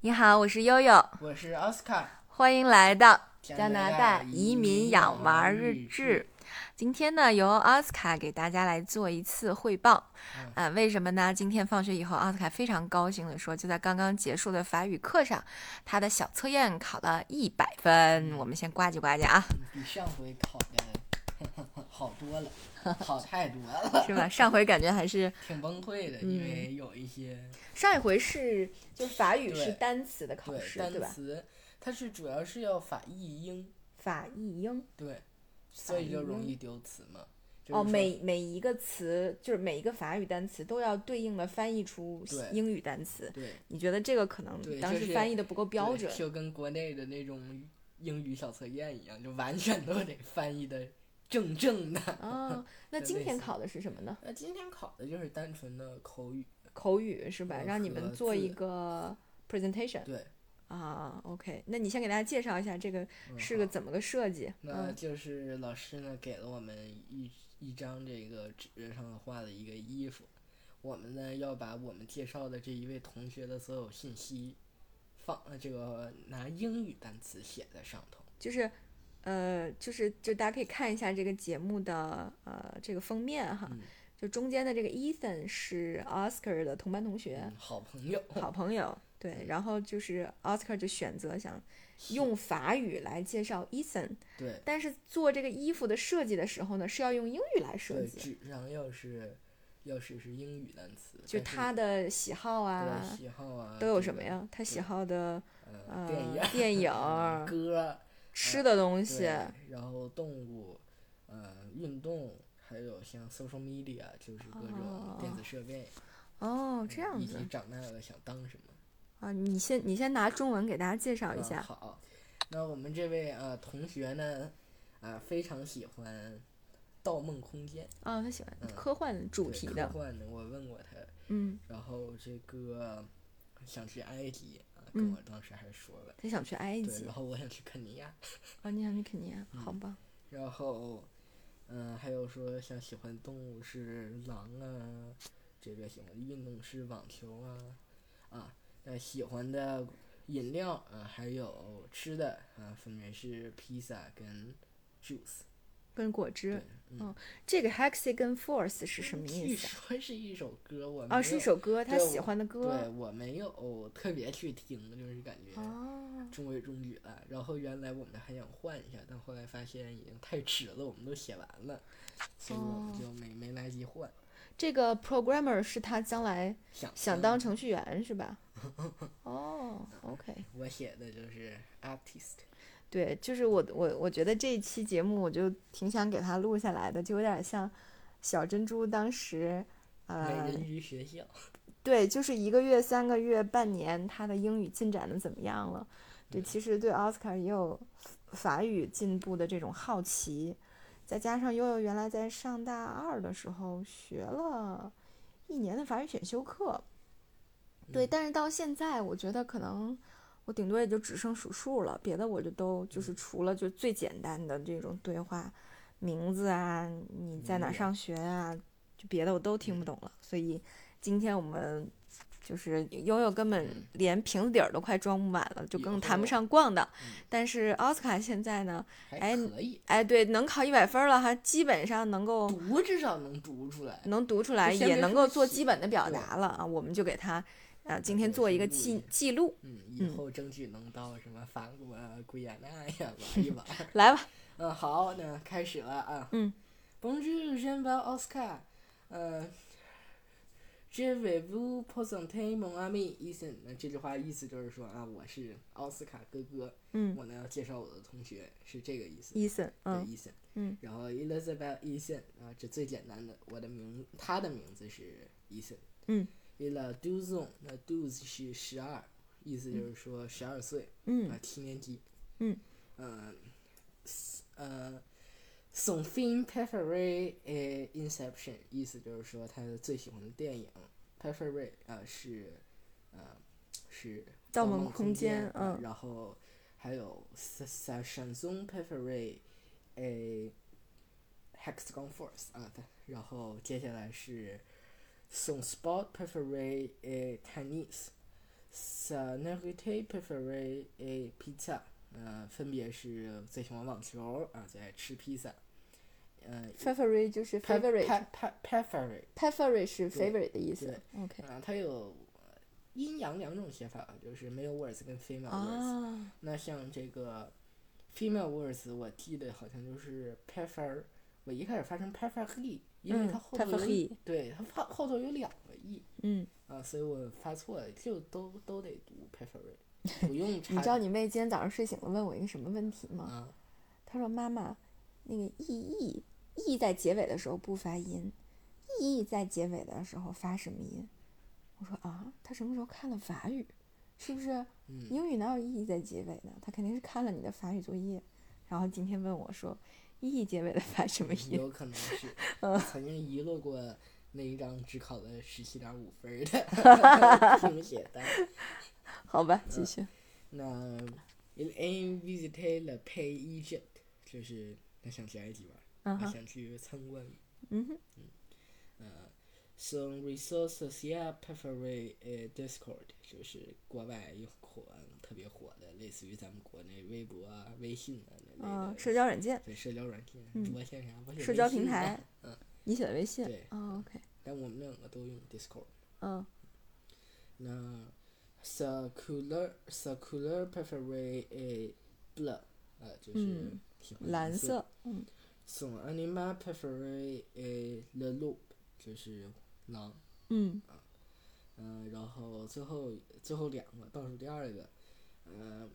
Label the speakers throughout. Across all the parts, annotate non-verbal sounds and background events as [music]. Speaker 1: 你好，我是悠悠，
Speaker 2: 我是奥斯卡。
Speaker 1: 欢迎来到
Speaker 2: 加
Speaker 1: 加拿
Speaker 2: 拿大
Speaker 1: 大
Speaker 2: 移
Speaker 1: 移
Speaker 2: 民
Speaker 1: 民
Speaker 2: 养
Speaker 1: 养
Speaker 2: 娃
Speaker 1: 娃
Speaker 2: 日
Speaker 1: 日
Speaker 2: 志
Speaker 1: 志。今天呢，由奥斯卡给大家来做一次汇报
Speaker 2: 嗯。
Speaker 1: 啊，为什么呢？今天放学以后，奥斯卡非常高兴地说，就在刚刚结束的法语课上，他的小测验考了一百
Speaker 2: 嗯
Speaker 1: 分。我们先呱唧呱唧啊，
Speaker 2: 比上回考的 [laughs] 好多了，好太多了， [laughs]
Speaker 1: 是吧？上回感觉还是
Speaker 2: 挺崩溃的，因为有一些
Speaker 1: 上一回是就法语
Speaker 2: 对
Speaker 1: 是单词的考
Speaker 2: 对
Speaker 1: 试，对
Speaker 2: 单
Speaker 1: 吧？
Speaker 2: 词，它是主要是要法译英，
Speaker 1: 法译英
Speaker 2: 对，所以
Speaker 1: 法
Speaker 2: 就
Speaker 1: 译
Speaker 2: 容
Speaker 1: 英
Speaker 2: 易丢词嘛。就是
Speaker 1: 哦，
Speaker 2: 说
Speaker 1: 每每一个词就是每一个法语单词都要对应的翻译出
Speaker 2: 对
Speaker 1: 英语单词。
Speaker 2: 对
Speaker 1: 你觉得这个可能
Speaker 2: 对
Speaker 1: 当
Speaker 2: 就
Speaker 1: 时
Speaker 2: 是
Speaker 1: 翻译的不够标
Speaker 2: 对
Speaker 1: 准？
Speaker 2: 就跟国内的那种英语小测验一样，就完全都得翻译的正正的。 [laughs]
Speaker 1: 啊，那
Speaker 2: 就
Speaker 1: 今
Speaker 2: 类
Speaker 1: 天
Speaker 2: 似
Speaker 1: 考的是什么呢？
Speaker 2: 那今天考的就是单纯的口语，
Speaker 1: 口语是吧？
Speaker 2: 呃
Speaker 1: 让你
Speaker 2: 和
Speaker 1: 们做一
Speaker 2: 字
Speaker 1: 个 presentation
Speaker 2: 对，
Speaker 1: 啊，OK。那你先给大家介绍一下这个
Speaker 2: 嗯
Speaker 1: 是个
Speaker 2: 好
Speaker 1: 怎么个设计？
Speaker 2: 那
Speaker 1: 嗯，
Speaker 2: 就是老师呢给了我们一一张这个纸上画的一个衣服，我们呢要把我们介绍的这一位同学的所有信息放呃这个拿英语单词写在上头。
Speaker 1: 就是。呃，就是就大家可以看一下这个节目的呃这个封面哈，
Speaker 2: 嗯
Speaker 1: 就中间的这个 Ethan 是 Oscar 的同班同学，
Speaker 2: 嗯，好朋友，
Speaker 1: 好朋友，对，然后就是奥斯卡就选择想 [laughs] 用法语来介绍 Ethan，
Speaker 2: 对
Speaker 1: 但是做这个衣服的设计的时候呢，是要用英语来设
Speaker 2: 对，
Speaker 1: 计，
Speaker 2: 纸上要是要是是英语单词，
Speaker 1: 就
Speaker 2: 但是
Speaker 1: 他的喜好
Speaker 2: 对
Speaker 1: 啊，
Speaker 2: 喜好啊
Speaker 1: 都有
Speaker 2: 这
Speaker 1: 什
Speaker 2: 个
Speaker 1: 么呀？他喜
Speaker 2: 对
Speaker 1: 好的
Speaker 2: 呃，
Speaker 1: 呃
Speaker 2: 电影儿、
Speaker 1: 电影
Speaker 2: 嗯
Speaker 1: 儿、
Speaker 2: 歌、
Speaker 1: 吃的东西
Speaker 2: 对，，然后动物，呃，运动，还有像 social media，就是各种电子设备，
Speaker 1: 哦，
Speaker 2: 嗯
Speaker 1: 这样
Speaker 2: 以
Speaker 1: 子
Speaker 2: 及长大了想当什么。
Speaker 1: 啊，你先你先拿中文给大家介绍一
Speaker 2: 嗯
Speaker 1: 下，
Speaker 2: 好，那我们这位呃同学呢，啊、非常喜欢《盗梦空间
Speaker 1: 啊，他喜欢
Speaker 2: 嗯
Speaker 1: 科幻》主
Speaker 2: 对
Speaker 1: 题
Speaker 2: 科
Speaker 1: 的，
Speaker 2: 幻的，我问过他，
Speaker 1: 嗯，
Speaker 2: 然后这个想去埃及啊，跟
Speaker 1: 嗯
Speaker 2: 我当时还说了，
Speaker 1: 他想去埃
Speaker 2: 对，
Speaker 1: 及
Speaker 2: 然后我想去肯尼亚，
Speaker 1: 啊，你想去肯尼亚，好
Speaker 2: 嗯
Speaker 1: 吧，
Speaker 2: 然后，嗯、还有说像喜欢动物是狼啊，这个喜欢的运动是网球啊，啊，那喜欢的饮料啊，还有吃的啊，分别是披萨跟 juice。
Speaker 1: 跟果汁
Speaker 2: 对，，嗯
Speaker 1: 哦，这个 hexagon force 是
Speaker 2: 这
Speaker 1: 什么意
Speaker 2: 据
Speaker 1: 思啊？
Speaker 2: 说是一首歌，我没
Speaker 1: 哦，是一
Speaker 2: 有
Speaker 1: 首歌，他
Speaker 2: 对
Speaker 1: 喜
Speaker 2: 我
Speaker 1: 欢的歌
Speaker 2: 对，。我没有特别去听，就是感觉
Speaker 1: 哦，
Speaker 2: 中规中矩了。然后原来我们还想换一下，但后来发现已经太迟了，我们都写完了，所以我们
Speaker 1: 哦
Speaker 2: 就没没来及换。
Speaker 1: 这个 programmer 是他将来
Speaker 2: 想
Speaker 1: 想
Speaker 2: 当
Speaker 1: 当程序员是
Speaker 2: [laughs]
Speaker 1: 吧？哦，OK，
Speaker 2: 我写的就是 artist，
Speaker 1: 对，就是我我我觉得这一期节目我就挺想给他录下来的，就有点像小珍珠当时，
Speaker 2: 美
Speaker 1: 呃，
Speaker 2: 人鱼学校。
Speaker 1: 对，就是一个月、三个月、半年，他的英语进展的怎么样了？对，其实对奥斯卡也有法语进步的这种好奇，再加上悠悠原来在上大二的时候学了一年的法语选修课，对，
Speaker 2: 嗯
Speaker 1: 但是到现在我觉得可能我顶多也就只剩数数了，别的我就都就是除了就最简单的这种对话，名字啊，你在哪
Speaker 2: 明
Speaker 1: 儿
Speaker 2: 白
Speaker 1: 上学啊，就别的我都听不懂了，所以。今天我们就是悠悠根本
Speaker 2: 嗯
Speaker 1: 连瓶子底儿都快装不满了，就
Speaker 2: 以
Speaker 1: 更
Speaker 2: 后
Speaker 1: 谈不上逛荡
Speaker 2: 嗯。
Speaker 1: 但是奥斯卡现在呢，哎
Speaker 2: 还可以，
Speaker 1: 哎，对，能考一百分了，还基本上能够
Speaker 2: 读至少能读出来。
Speaker 1: 能读出来，
Speaker 2: 就先
Speaker 1: 也
Speaker 2: 别
Speaker 1: 能够
Speaker 2: 说
Speaker 1: 做
Speaker 2: 写
Speaker 1: 基本的表
Speaker 2: 对
Speaker 1: 达了啊。我们就给他，呃，今天
Speaker 2: 对
Speaker 1: 做一个
Speaker 2: 先录
Speaker 1: 记
Speaker 2: 一下
Speaker 1: 记录，
Speaker 2: 嗯，以
Speaker 1: 嗯
Speaker 2: 后争取能到什么法国、啊、圭亚那呀玩一玩。
Speaker 1: 来吧，
Speaker 2: 嗯，好，那开始了啊。
Speaker 1: 嗯。
Speaker 2: Bonjour, je m'appelle Oscar. 呃，Je vais vous présenter mon ami Ethan。那这句话意思就是说啊，我是奥斯卡哥哥，
Speaker 1: 嗯
Speaker 2: 我呢要介绍我的同学，是这个意思。
Speaker 1: 伊森，
Speaker 2: 的
Speaker 1: 嗯
Speaker 2: 伊森，
Speaker 1: 嗯，
Speaker 2: 然后 Elizabeth 伊森啊，这最简单的，我的名，他的名字是伊森，
Speaker 1: 嗯
Speaker 2: ，Ela Duzon，那 Duz 是十二，意思就是说十二岁啊
Speaker 1: 嗯，
Speaker 2: 七年级，
Speaker 1: 嗯，
Speaker 2: 呃，呃，Son film preferé est Inception，意思就是说他的最喜欢的电影 preferé 啊是，呃是
Speaker 1: 盗
Speaker 2: 梦
Speaker 1: 梦空间
Speaker 2: 啊
Speaker 1: 嗯
Speaker 2: 然后还有 sa sa chanson préférée，诶，hexagon force 啊，它然后接下来是 son sport préféré 诶 tennis。 sa n a g i t e p r e f e r e a pizza，呃，分别是最喜欢网球啊，最爱吃披萨，呃
Speaker 1: favorite 就是
Speaker 2: pre-
Speaker 1: favorite，
Speaker 2: pre- pre- preferite，
Speaker 1: favorite 是
Speaker 2: 对
Speaker 1: favorite 的意思
Speaker 2: 对。
Speaker 1: OK
Speaker 2: 啊，它有呃阴阳两种写法，就是 male words 跟 female words。
Speaker 1: 啊，
Speaker 2: 那像这个 female words，我记得好像就是 prefer，我一开始发成 preferly，因为
Speaker 1: 嗯
Speaker 2: 它后头有、
Speaker 1: ，preferly
Speaker 2: 对它发后头有两个 e
Speaker 1: 嗯，
Speaker 2: 啊，所以我发错了，就都都得读
Speaker 1: [laughs]
Speaker 2: prefery，不用查。
Speaker 1: 你知道你妹今天早上睡醒了问我一个什么问题吗？
Speaker 2: 啊？
Speaker 1: 她说妈妈，那个 e e e 在结尾的时候不发音，e e 在结尾的时候发什么音？我说啊，她什么时候看了法语？是不是
Speaker 2: 嗯，
Speaker 1: 英语哪有 e e 在结尾呢？她肯定是看了你的法语作业，然后今天问我说 e e 结尾的发什么嗯音？ [laughs]
Speaker 2: 有可能是，我曾经遗落过那一张只考了十七点五分儿
Speaker 1: [laughs]
Speaker 2: 的听写单。
Speaker 1: 好吧，
Speaker 2: 嗯
Speaker 1: 继续。
Speaker 2: 那 il aim visiter le pays Egypt，就是他想去埃及玩，
Speaker 1: 嗯
Speaker 2: 他
Speaker 1: 哼，
Speaker 2: 想去参观。
Speaker 1: 嗯哼，
Speaker 2: 呃，son research social prefery a 呃 Discord，就是国外又火特别火的，类似于咱们国内微博啊、微信啊那类的、
Speaker 1: 啊，社交软件，
Speaker 2: 对社交软件、
Speaker 1: 嗯
Speaker 2: 直播线啥，我写
Speaker 1: 社
Speaker 2: 微
Speaker 1: 交平
Speaker 2: 信啊
Speaker 1: 台。
Speaker 2: 嗯，
Speaker 1: 你写的微信
Speaker 2: 对
Speaker 1: 哦，OK，
Speaker 2: 但我们两个都用 Discord。
Speaker 1: 嗯
Speaker 2: 那 circular circular prefery a blue，呃，就是
Speaker 1: 嗯
Speaker 2: 喜，欢
Speaker 1: 蓝
Speaker 2: 色
Speaker 1: 色，嗯
Speaker 2: Son animal préféré est le loup，就是狼。
Speaker 1: 嗯
Speaker 2: 嗯、然后最后最后两个倒数第二个，嗯、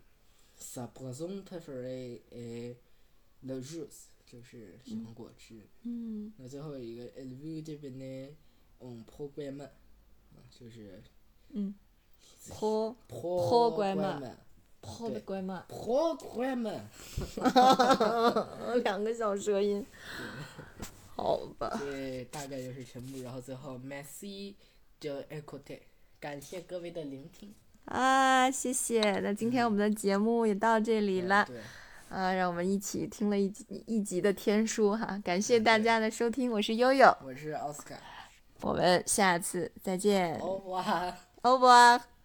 Speaker 2: s a poison préféré est le juice，就是喜欢果汁。
Speaker 1: 嗯
Speaker 2: 那最后一个 e l v i d e v e n e un programme，啊，就是
Speaker 1: 嗯，坡
Speaker 2: programme
Speaker 1: Programme 坡的乖嘛，
Speaker 2: programme，
Speaker 1: 两个小舌音，
Speaker 2: 嗯
Speaker 1: [laughs] 好吧，
Speaker 2: 这大概就是全部。然后最后 merci de écouter，感谢各位的聆听。
Speaker 1: 啊，谢谢，那今天我们的节目也到这里
Speaker 2: 嗯
Speaker 1: 了
Speaker 2: 对。
Speaker 1: 啊，让我们一起听了一集一集的天书哈，感
Speaker 2: 嗯
Speaker 1: 谢大家的收听，我是悠悠，
Speaker 2: 我是奥斯卡，
Speaker 1: 我们下次再见，
Speaker 2: 哦哇。
Speaker 1: 欧巴。